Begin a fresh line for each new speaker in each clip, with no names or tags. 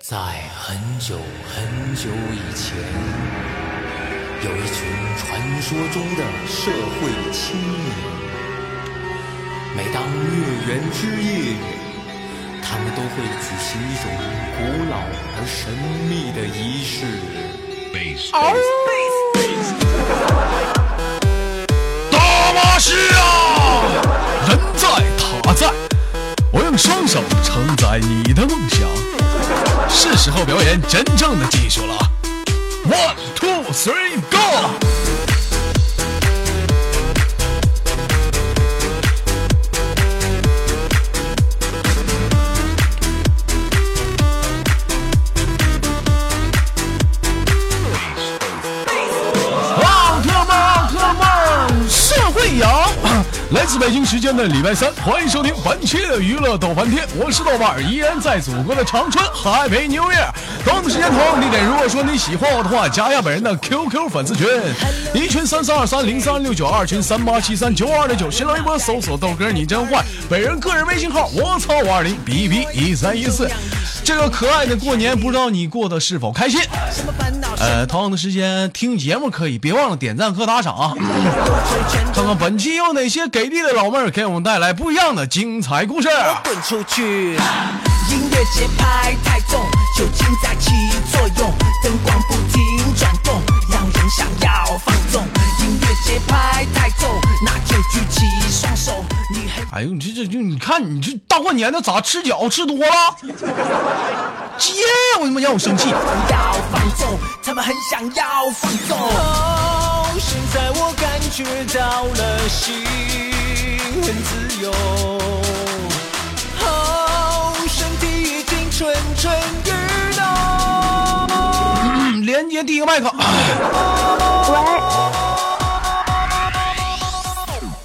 在很久很久以前，有一群传说中的社会青年。每当月圆之夜，他们都会举行一种古老而神秘的仪式。
哦，
大巴士啊，人在塔在，我用双手承载你的梦想。是时候表演真正的技术了啊！One two three go！奥特曼，奥特曼，社会摇。 来自北京时间的礼拜三，欢迎收听本期的娱乐逗翻天，我是豆瓣儿，依然在祖国的长春，Happy New Year！同样时间同样地点，如果说你喜欢我的话，加一下本人的 QQ 粉丝群，一群三三二三零三六九，二群三八七三九二六九，新浪微博搜索豆哥你真坏，本人个人微信号我操五二零 b b 一三一四。这个可爱的过年，不知道你过得是否开心？呃，同样的时间听节目可以，别忘了点赞和打赏啊！看看本期有哪些给力的老妹儿给我们带来不一样的精彩故事。
滚出去！音乐节拍太重，酒精在起作用，灯光不停转动，让人想要放纵。音乐节拍太重，那就举起双手。你很
哎呦，你这这就你看你这大过年的咋吃饺吃多了？ 接我他妈让我生气！
想要放纵，他们很想要放纵。
哦，现在我感觉到了心很自由。哦，身体已经蠢蠢欲动。
嗯连接第一个麦克。
喂，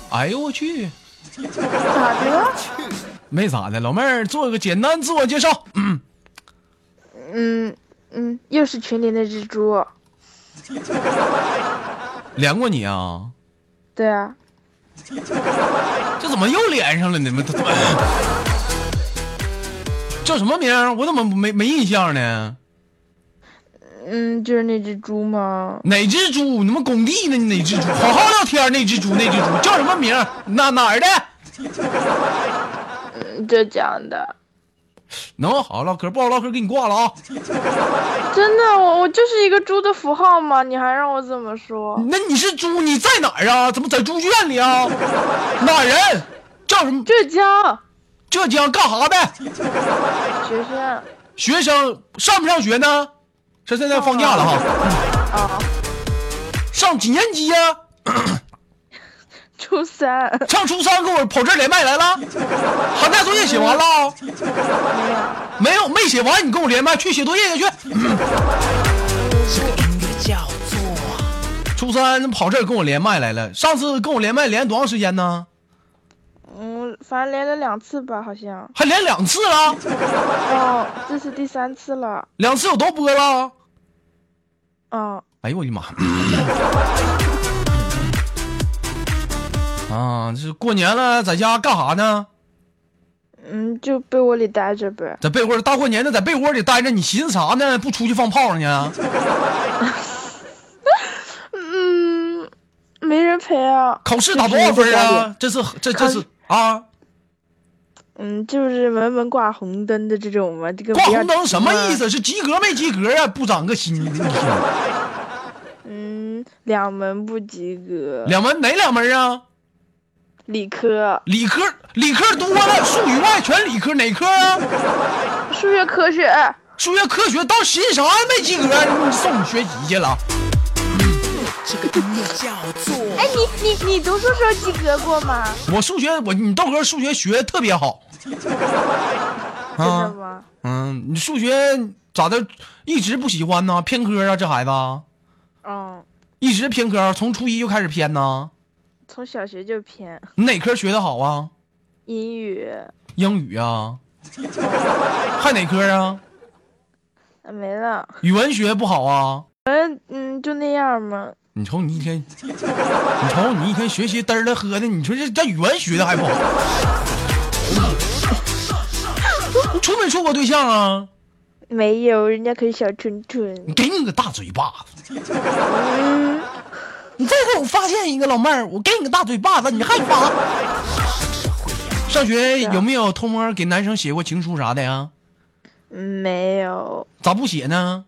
哎呦我去，
咋的了？
没咋的，老妹儿做个简单自我介绍。嗯
嗯嗯，又是群里那只猪。
连过你啊？
对啊，
这怎么又连上了？你们都 叫什么名儿？我怎么没没印象呢？
嗯，就是那只猪吗？
哪只猪？你们工地呢？哪只猪？好好聊天，那只猪，那只猪叫什么名儿？哪哪儿的？
嗯浙江的。
能好好唠嗑，不好唠嗑给你挂了啊！
真的，我我就是一个猪的符号嘛，你还让我怎么说？
那你是猪？你在哪儿啊？怎么在猪圈里啊？哪儿人？叫什么？
浙江
浙江干啥的？
学生啊，
学生上不上学呢？这现在放假了哈，嗯上几年级呀、
初三
上初三跟我跑这儿连麦来了，寒假作业写完了？没有，没写完，你跟我连麦去写作业去。
音乐叫做
初三跑这儿跟我连麦来了，上次跟我连麦连多长时间呢？
嗯，反正连了两次吧，好像。
还连两次了，
哦，这是第三次了。
两次我都播了。
嗯，
哎呦我的妈！啊，这过年了，在家干啥呢？
嗯，就被窝里待着呗。
在被窝里大过年的，在被窝里待着，你寻思啥呢？不出去放炮呢？
嗯，没人陪啊。
考试打多少分啊？这次这这次啊，
嗯，就是文文挂红灯的这种嘛，这个
挂
不要
红灯什么意
急嘛？
思？是及格没及格啊？不长个心，你说
嗯，两门不及格，
两门哪两门啊？
理科、
理科理科多了，数语外全理科，哪科啊？
数学、科学，哎
数学科学到寻啥没及格？啊你送你学习去了？
这个音乐叫做
哎，你你你读书时候及格过吗？
我数学我你豆哥数学学得特别好，
真的
啊
吗？
嗯，你数学咋的一直不喜欢呢？偏科啊，这孩子
嗯，
一直偏科，从初一就开始偏呢。
从小学就偏
你哪科学得好啊？
英语，
英语啊？ 还哪科啊？
啊没了。
语文学不好啊？
嗯嗯，就那样嘛。
你瞅你一天，你瞅你一天学习嘚儿的喝的，你说这这语文学的还不好？ 你处没处过对象啊？
没有，人家可是小纯纯。
你给你个大嘴巴子！你再给我发现一个老妹儿，我给你个大嘴巴子，你还发？上学有没有偷摸给男生写过情书啥的呀？
嗯没有，
咋不写呢？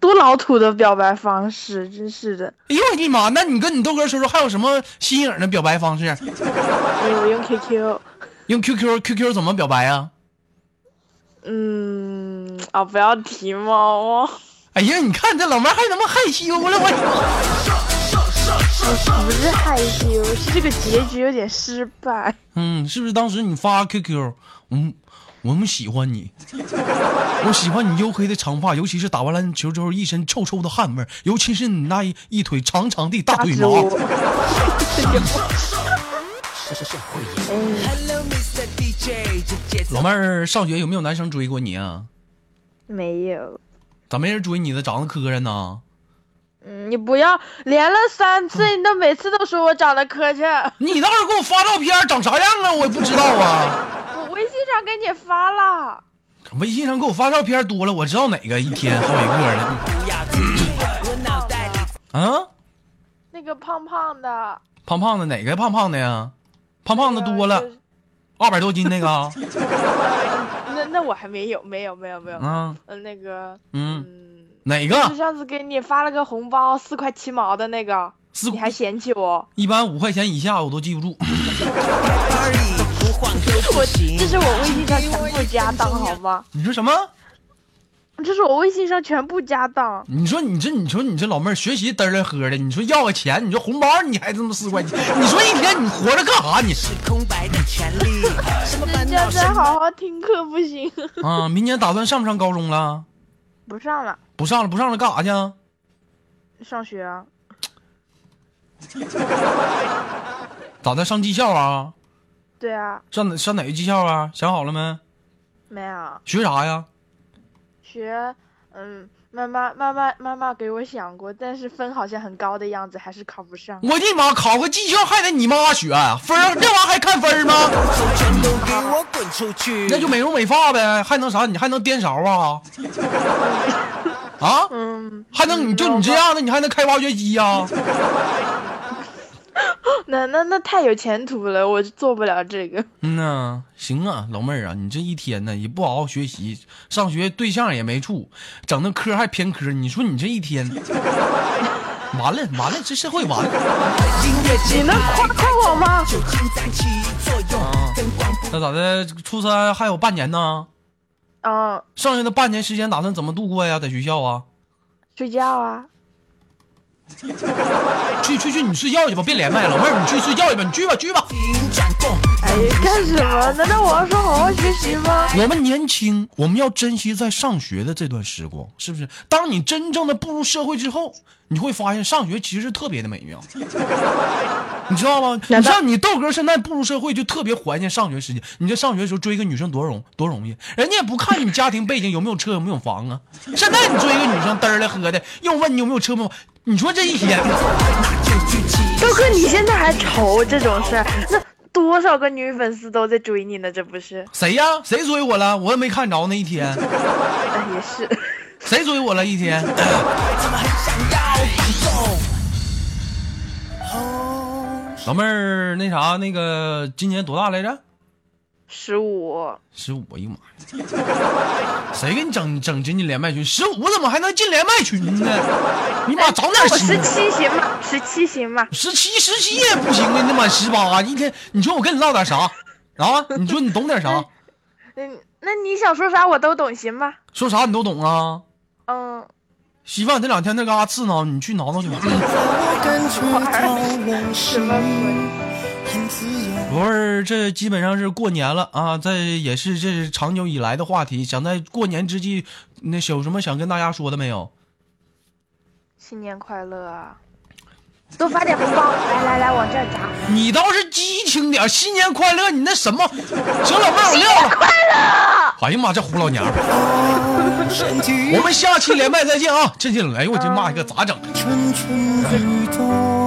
多老土的表白方式，真是的。
哎呦我的妈！那你跟你豆哥说说，还有什么新颖的表白方式？
哎我用 QQ，
用 QQ QQ 怎么表白啊？
嗯，啊，不要提猫哦，
哎呀，你看这老妹儿还他妈害羞了，我
不是害羞，是这个结局有点失败。
嗯，是不是当时你发 QQ，嗯，我们喜欢你， 我喜欢你黝黑的长发，尤其是打完篮球之后一身臭臭的汗味儿，尤其是你那一一腿长长的大
大
腿
植
毛
物。，
Hello Mr. DJ，这节奏
老妹儿上学有没有男生追过你啊？
没有。
咋没人追你呢？长得磕碜呢？
嗯，你不要连了三次，你都每次都说我长得磕碜。
你倒是给我发照片，长啥样啊？我也不知道啊。
我微信上给你发了，
微信上给我发照片多了，我知道哪个一天好几个了。
不要自己，我脑袋里
啊，
那个胖胖的，
胖胖的哪个胖胖的呀？胖胖的多了
就，是
二百多斤那个啊。
那那我还没有，没有，没有，没有。
啊，
嗯，那个，
嗯，
嗯，
哪
就
个？
上次给你发了个红包，四块七毛的那个，
四
你还嫌弃我？
一般五块钱以下我都记不住。
party，不晃都不行
这。是我微信上全部加档，好吗？
你说什么？
这是我微信上全部加档，
你说你这，你说你这老妹儿学习嘚儿了喝的，你说要个钱，你说红包你还这么四块钱，你说一天你活着干啥你？
是空白的权利，什么
嗯
烦
人家
恼
再
什么
好好听课不行，
啊，明年打算上不上高中了？
不上了，
不上了，不上了干啥去啊？
上学啊？
打算上技校啊？
对啊，
上哪上哪个技校啊？想好了没？
没有
学啥呀？
学，嗯，妈妈妈妈妈妈给我想过，但是分好像很高的样子，还是考不上。
我的妈，考个技校还得你妈选分 儿，啊这玩意儿还看分儿吗？
手全都给我滚出去。
那就美容美发呗，还能啥？你还能颠勺 啊？啊？
嗯，
还能你就你这样的，你还能开挖掘机啊呀、
那那那太有前途了，我做不了这个。
嗯呐，行啊，老妹儿啊，你这一天呢也不好好学习，上学对象也没处，整那科还偏科，你说你这一天， 完了完了，这社会完了。
音乐节
你能夸夸我吗？
酒精在起作用，灯光不
那咋的？初三还有半年呢，
嗯，
剩下的半年时间打算怎么度过呀？在学校啊？
睡觉啊。
去去去，你睡觉去吧，别连麦了，老妹儿，你去睡觉去吧，你去吧去吧。
停，转动。
哎呀，干什么？难道我要说好好学习吗？
我们年轻，我们要珍惜在上学的这段时光，是不是？当你真正的步入社会之后，你会发现上学其实特别的美妙，你知道吗？你
难道
像你豆哥现在步入社会就特别怀念上学时间。你这上学的时候追个女生多容多容易，人家也不看你家庭背景有没有车有没有房啊。现在你追一个女生嘚儿了喝的，又问你有没有车没有房，你说这一天，
豆哥，你现在还愁这种事儿？那多少个女粉丝都在追你呢，这不是？
谁呀、谁追我了？我也没看着那一天，
哎，也是。
谁追我了一天？老妹儿，那啥，那个今年多大来着？
十五，哦
十五，哎呦妈呀！谁给你整整进进连麦群？十五怎么还能进连麦群呢？你妈长点
我
心
十！七行吗？十七行吗？
哎十七，十七也不行啊！你他妈十八，一天你说我跟你唠点啥啊？你说你懂点啥？
嗯，那你想说啥我都懂，行吗？
说啥你都懂啊？
嗯，
稀饭这两天那嘎达刺挠，你去挠挠去吧。
哦什么鬼？
不是，这基本上是过年了啊，这也是这是长久以来的话题。想在过年之际，那有什么想跟大家说的没有？
新年快乐啊！多发点红包，来来来，往这儿砸。
你倒是激情点，新年快乐！你那什么，行，老妹儿，我撂了。快乐！哎呀妈，这胡老娘们儿！
身体
我们下期连麦再见啊！这进来，哎呦我这妈一个咋整？
蠢蠢欲动。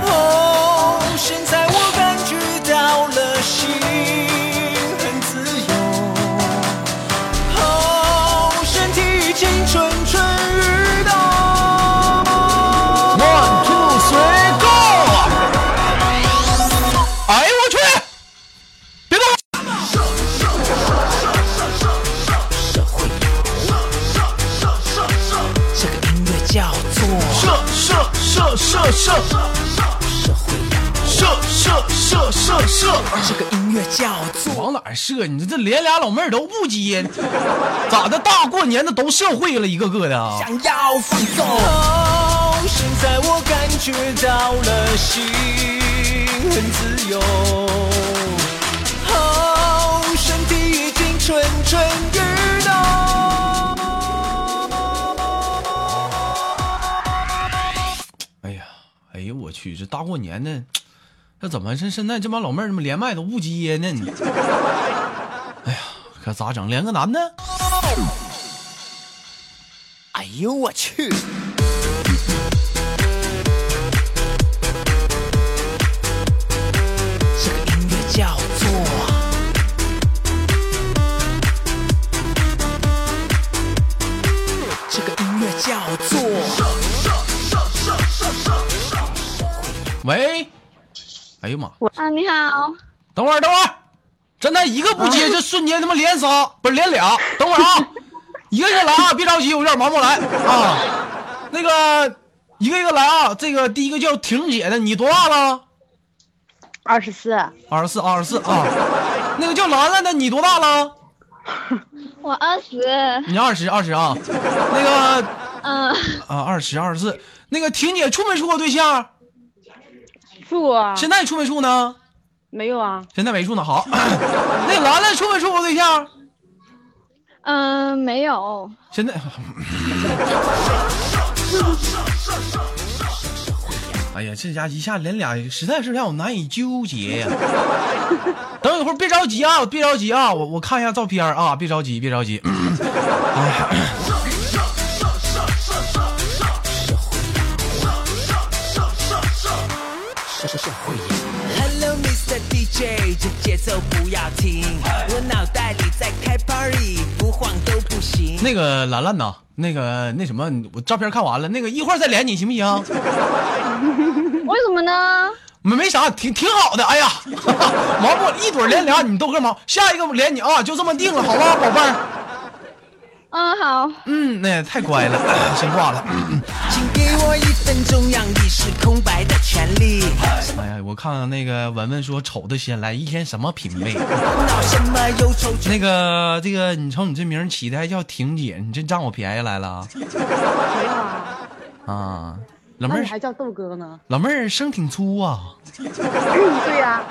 哦，现在我感觉到了心很自
嗯哎
社会。
射射射射射，
这个音乐叫做。
往哪儿射？你这连俩老妹儿都不接，咋的？大过年的都社会了，一个个的啊。
想要放纵，
哦，现在我感觉到了心很自由。哦，身体已经蠢蠢欲动。
哎呀，哎呀，我去，这大过年的，这怎么这现在这帮老妹儿怎么连麦都不接呢？你， 哎呀，可咋整？连个男的？
哎呦我去！
这个音乐叫做。这个音乐叫做。
喂，哎呀妈，
啊，你好，
等会儿，等会儿，真的一个不接，这瞬间他妈连仨不是连俩，等会儿啊，一个一个来啊，别着急，我有点忙不过来啊。那个一个一个来啊，这个第一个叫婷姐的，你多大了？
二十四，
二十四，二十四啊。那个叫兰兰的，你多大了？
我二十，
你二十，二十啊。那个
嗯，
啊，二十二十四。那个婷姐处没处过对
啊
象？
住啊？
现在处没处呢？
没有啊？
现在没处呢。好， 那兰兰处没处过对象？
嗯，没有，
现在， 哎呀，这家一下连俩，实在是让我难以纠结呀、 等一会儿，别着急啊，别着急啊，我我看一下照片啊，别着急，别着急。
社社会
Hello Mr DJ，这节奏不要停，我脑袋里在开 party，不晃都不行。
那个兰兰呐，那个那什么，我照片看完了，那个一会儿再连你行不行？
为什么呢？
没没啥，挺挺好的。哎呀， 忙不过一会儿连俩，你们都个忙，下一个我连你啊，就这么定了，好吧，宝贝儿。
嗯，好，
嗯，那、也太乖了，哎先挂了。
请给我一分钟，让意识空白的权利。
哎呀，我看看那个文文说丑的先来，一天什么品味？
苦恼什么忧愁？
那个这个，你瞅你这名儿起的还叫婷姐，你这占我便宜来了
没有啊，
啊？老妹
那你
儿，
还叫豆哥呢？
老妹儿声挺粗啊
对呀、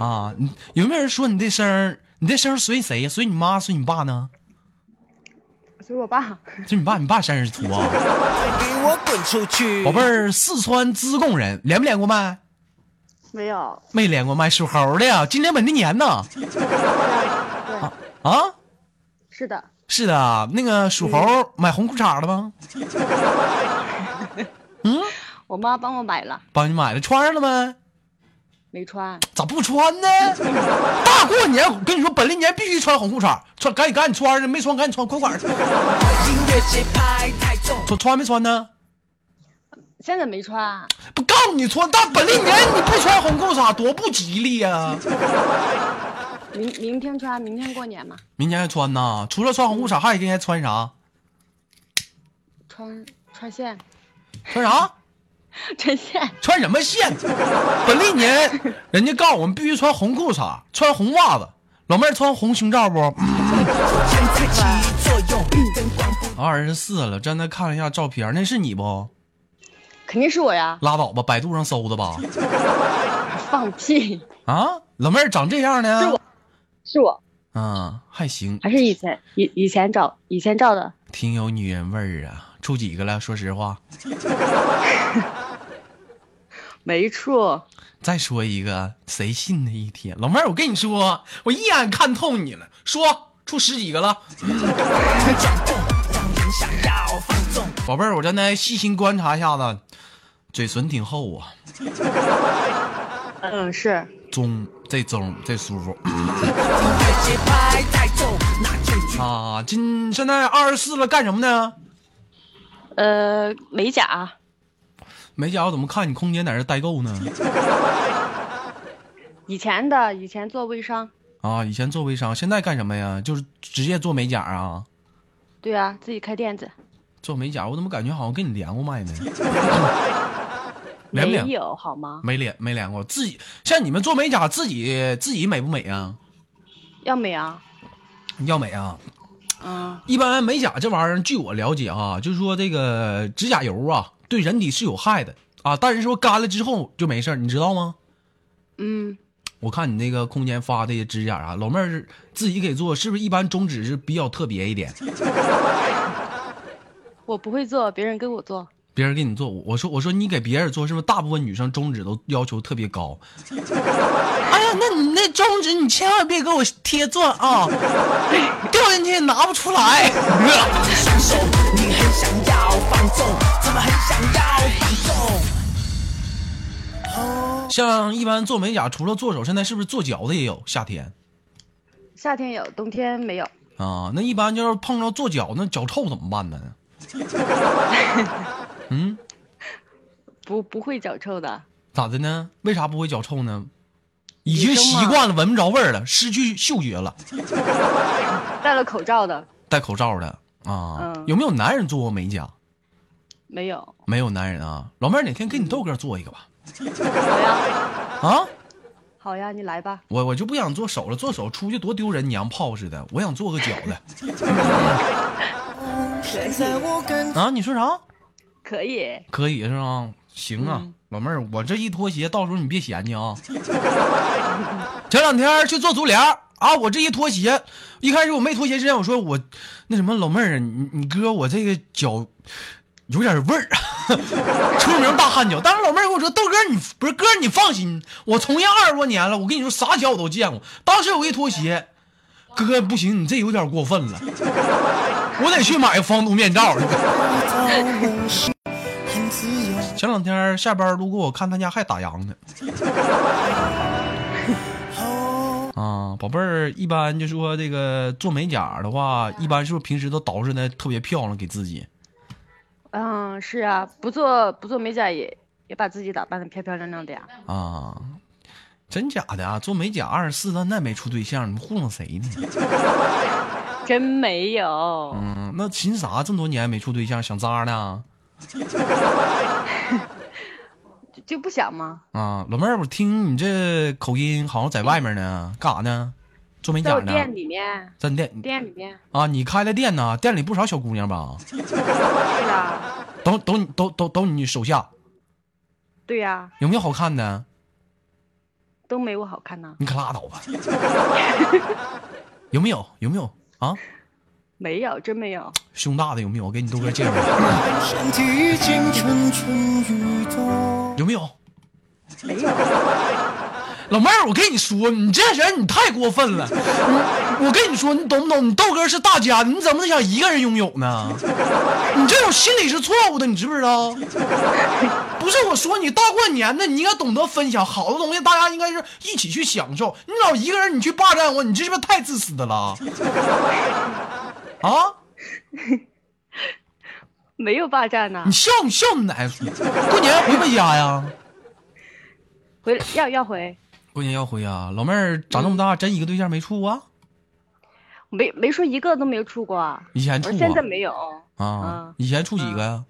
啊！你有没有人说你这声儿，你这声儿随谁呀？随你妈，随你爸呢？
所以我爸
随你爸，你爸声儿粗啊？
给我滚出去！
宝贝儿，四川资贡人，连没连过麦？
没有，
没连过麦，属猴的呀，今年本命年呢。啊啊，
是的，嗯
是的啊，那个属猴买红裤衩了吗？嗯
我妈帮我买了，
帮你买了，穿上了吗？
没穿。
咋不穿呢？大过年，我跟你说，本命年必须穿红裤衩，穿赶紧赶紧穿上，没穿赶紧穿，快快穿
音乐节拍太重，
穿没穿呢？
现在没穿，啊
不告诉你穿，但本命年你不穿红裤衩多不吉利呀、
明明天穿，明天过年嘛，
明年还穿呢？除了穿红裤衩，还应该穿啥？
穿穿线，
穿啥？
穿线，
穿什么线？本命年，人家告诉我们必须穿红裤衩，穿红袜子。老妹儿穿红胸罩
嗯
不？
现在起作用，灯光不
二十四了，真的看了一下照片，那是你不？
肯定是我呀！
拉倒吧，百度上搜的吧？
放屁，
啊，老妹儿长这样呢？
是我是我，
啊，还行，
还是以前以以前照以前照的，
挺有女人味儿啊。处几个了？说实话，
没处。
再说一个，谁信那一天？老妹儿，我跟你说，我一眼看透你了。说处十几个了，
转动，让人想要放纵。
宝贝儿，我真的细心观察一下子，嘴唇挺厚啊，
嗯，是
中这中这舒服
音乐节拍太重，那就去
啊。今现在二十四了，干什么呢？
呃美甲，
没家伙，怎么看你空间在这代购呢？
以前的以前做微商，
啊，以前做微商，现在干什么呀？就是直接做美甲啊。
对啊，自己开店子，
做美甲，我怎么感觉好像跟你连过麦呢？连不
没
连？
有好吗？
没连，没连过。自己像你们做美甲，自己自己美不美啊？
要美啊，
要美啊！
嗯，
一般美甲这玩意儿，据我了解啊，就是说这个指甲油啊，对人体是有害的啊，但是说干了之后就没事儿，你知道吗？
嗯，
我看你那个空间发的指甲啊，老妹儿是自己给做，是不是一般中指是比较特别一点？
我不会做，别人给我做。
别人给你做，我我说我说你给别人做，是不是大部分女生中指都要求特别高？ 哎呀，那你那中指你千万别给我贴钻啊，掉进去也拿不出来。
享受，你很想要放纵，怎么很想要放纵？
像一般做美甲，除了做手，现在是不是做脚的也有？夏天
夏天有，冬天没有。
啊，那一般就是碰着做脚，那脚臭怎么办呢？
不不会脚臭的，
咋的呢？为啥不会脚臭呢？已经
女生
习
嘛
惯了，闻不着味儿了，失去嗅觉了，
戴了口罩的
戴口罩的啊。
嗯
有没有男人做过美甲？
没有。
没有男人啊，老妹儿哪天给你豆哥做一个吧。
好呀，
啊，
好呀，你来吧。
我我就不想做手了，做手出去多丢人，娘炮似的。我想做个脚的
现在我感
啊！你说啥？
可以，
可以是吧？行啊，老妹儿，我这一脱鞋，到时候你别嫌弃啊。 前两天去做足疗啊，我这一脱鞋，一开始我没脱鞋之前，我说我那什么老妹儿啊，你你哥我这个脚有点味儿， 出名大汗脚。当时老妹儿跟我说，豆哥你不是哥你放心，我从业二十多年了，我跟你说啥脚我都见过。当时我一脱鞋，哥不行，你这有点过分了，我得去买个防毒面罩去。
到梦是很自由。
前两天下班路过，我看他家还打烊呢。啊，宝贝儿，一般就说这个做美甲的话，一般是不是平时都捯饬的特别漂亮给自己？
嗯，是啊，不做不做美甲也也把自己打扮的漂漂亮亮的呀。
啊，真假的啊？做美甲二十四三那没处对象，你们糊弄谁呢？
真没有，
嗯，那寻啥这么多年没处对象，想渣呢？
就就不想吗？
啊，老妹儿，我听你这口音好像在外面呢，干啥呢？做美
在
甲
我
呢？
店里面，
在你店
店里面
啊？你开的店呢？店里不少小姑娘吧？
是啊，
都都都都都你手下
对呀、
有没有好看的？
都没我好看呐。
你可拉倒吧！有没有？有没有啊？
没有，真没有。
胸大的有没有？我给你豆哥介绍一下。
身体经蠢蠢欲动。
有没有？没有。老妹儿，我跟你说，你这人你太过分了。你我跟你说，你懂不懂？你豆哥是大家，你怎么能想一个人拥有呢？你这种心理是错误的，你知不知道？不是我说你，大过年的你应该懂得分享，好的东西大家应该是一起去享受。你老一个人你去霸占我，你这是不是太自私的了？啊！
没有霸占呐
你，笑你笑你奶奶！过年回没家呀？
回要要回，
过年要回啊！老妹儿长这么大，真一个对象没处啊？
没没说一个都没有处过啊，
以前
我
处
现在
过
没有，
啊
嗯？
以前处几个呀？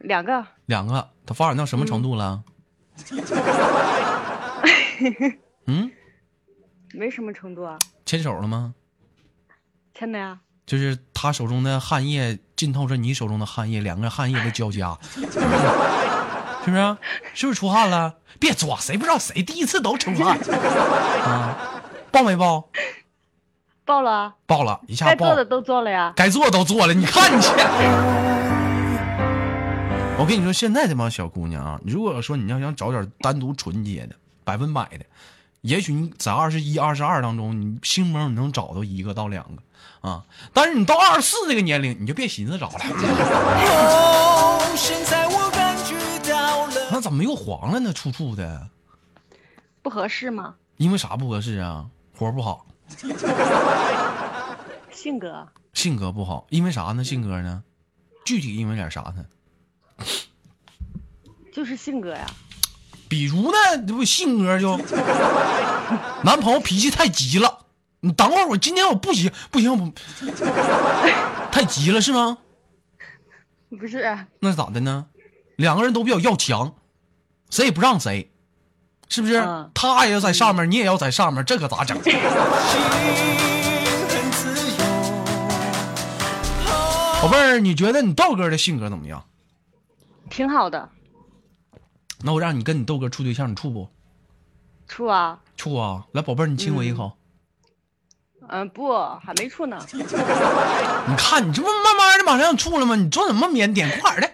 两个
两个。他发展到什么程度了？嗯，
没什么程度啊，
牵手了吗？
真的呀，
就是他手中的汗液浸透着你手中的汗液，两个汗液的交加， 是不是？是不是出汗了？别装，谁不知道谁第一次都出汗 啊？爆没爆？
报了啊，
爆了一下
该
爆
做。的都做了呀，
该做都做了，你看你去。 我跟你说，现在这帮小姑娘啊，如果说你要想找点单独纯洁的、百分百的，也许你在二十一、二十二当中，你心目中你能找到一个到两个啊。但是你到二十四这个年龄，你就别寻思找了。
哦，现在我感觉到了。
那怎么又黄了呢？处处的，
不合适吗？
因为啥不合适啊？活不好，
性格
性格不好，因为啥呢？性格呢？具体因为点啥呢？
就是性格呀，
比如呢，这不性格就，男朋友脾气太急了。你等会儿，我今天我不行，不行，我不太急了是吗？
不是
那咋的呢？两个人都比较要强，谁也不让谁，是不是？
嗯
他也要在上面，你也要在上面，这可咋整？
心很自由。
宝贝儿，你觉得你豆哥的性格怎么样？
挺好的，
那我让你跟你豆哥处对象，你处不
处啊，
处啊？来，宝贝儿，你亲我一口。
嗯，不，还没处呢，
你看，你这不慢慢的马上要处了吗？你装什么腼腆？快点儿的，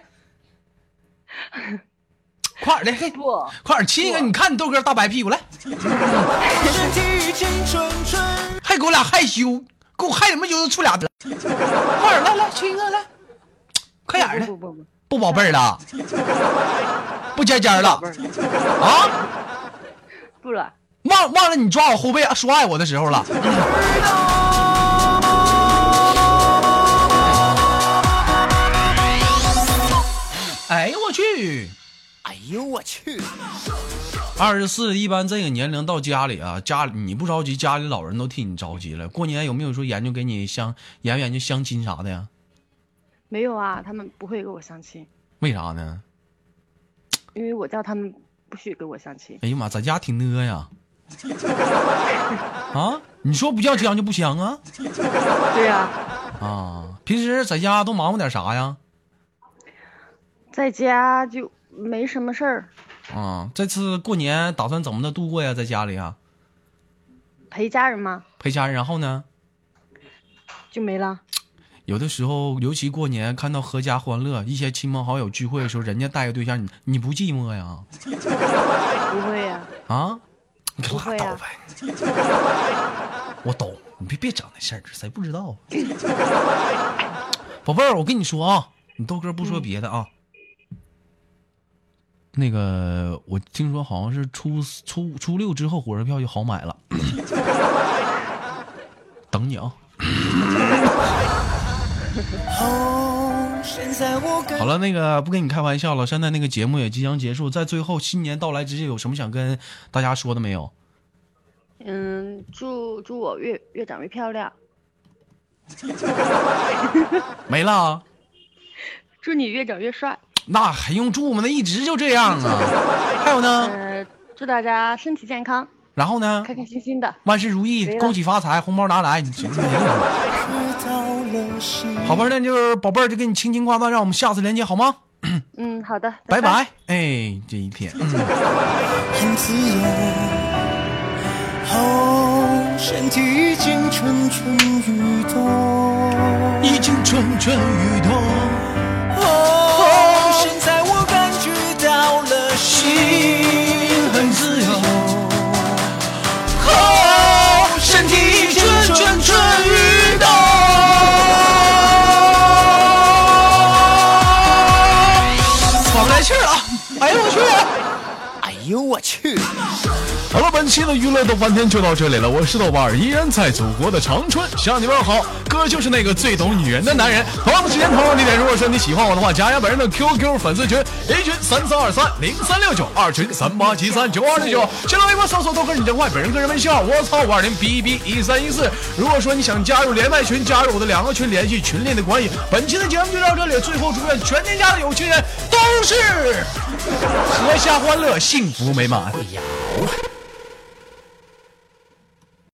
快点儿的，嘿，
不，
快点儿亲一个！你看你豆哥大白 屁股，来，
身体青春春，
还给我俩害羞，给我害什么羞？处俩，快点儿来来亲一个来，快点儿的
不，不不，
不宝贝儿了，不尖尖儿了
不是，
啊？
不了，
忘忘了你抓我后背说爱我的时候了。哎呦我去！
哎呦我去！
二十四一般这个年龄到家里啊，家里你不着急，家里老人都替你着急了。过年有没有说研究给你相研究研究相亲啥的呀？
没有啊，他们不会给我相亲，
为啥呢？
因为我叫他们不许给我相亲，
哎呀妈，在家挺呢呀！ 啊，你说不叫香就不香啊？
对呀，
啊，平时在家都忙活点啥呀？
在家就没什么事儿，
啊，这次过年打算怎么的度过呀？在家里啊，
陪家人嘛，
陪家人。然后呢，
就没了，
有的时候，尤其过年看到阖家欢乐，一些亲朋好友聚会的时候，人家带个对象，你你不寂寞呀？
不会呀、
啊，你
不
可
会
拉
啊
倒呗。 我懂，你别别整那事儿，谁不知道啊？宝贝儿，我跟你说啊，你豆哥不
嗯
说别的啊，那个我听说好像是初四初初六之后火车票就好买了， 等你啊。
哦，现在我感
好了，那个不跟你开玩笑了，现在那个节目也即将结束，在最后新年到来之际，有什么想跟大家说的没有？
嗯，祝祝我越越长越漂亮，
没了啊，
祝你越长越帅，
那还用祝吗？那一直就这样啊。还有呢，
呃，祝大家身体健康，
然后呢？
开开心心的，
万事如意
没，了
恭喜发财，红包拿来。你这没用
觉到了心。
好吧，那就是宝贝儿，就给你轻轻挂断，让我们下次连接好吗？
嗯，好的，
拜
拜。
拜。哎，这一天，嗯
很自由。哦，身体已经蠢蠢欲动。
已经蠢蠢欲动。
哦，现在我感觉到了心很自由。哦，身体已经蠢蠢欲动。
喘不来气儿了，哎呦我去！
哎呦我去！
好了，本期的娱乐豆翻天就到这里了。我是豆瓣儿，依然在祖国的长春向你问好。哥就是那个最懂女人的男人。同样的时间，同样的地点，如果说你喜欢我的话，加一下本人的 QQ 粉丝群，一群三三二三零三六九，二群三八七三九二六九。新浪微博搜索豆哥你真坏，本人个人微信号我操五二零 B B 一三一四。如果说你想加入连麦群，加入我的两个群，联系群里的管理。本期的节目就到这里，最后祝愿全天下的 有情人都是阖家欢乐，幸福美满。
摇啊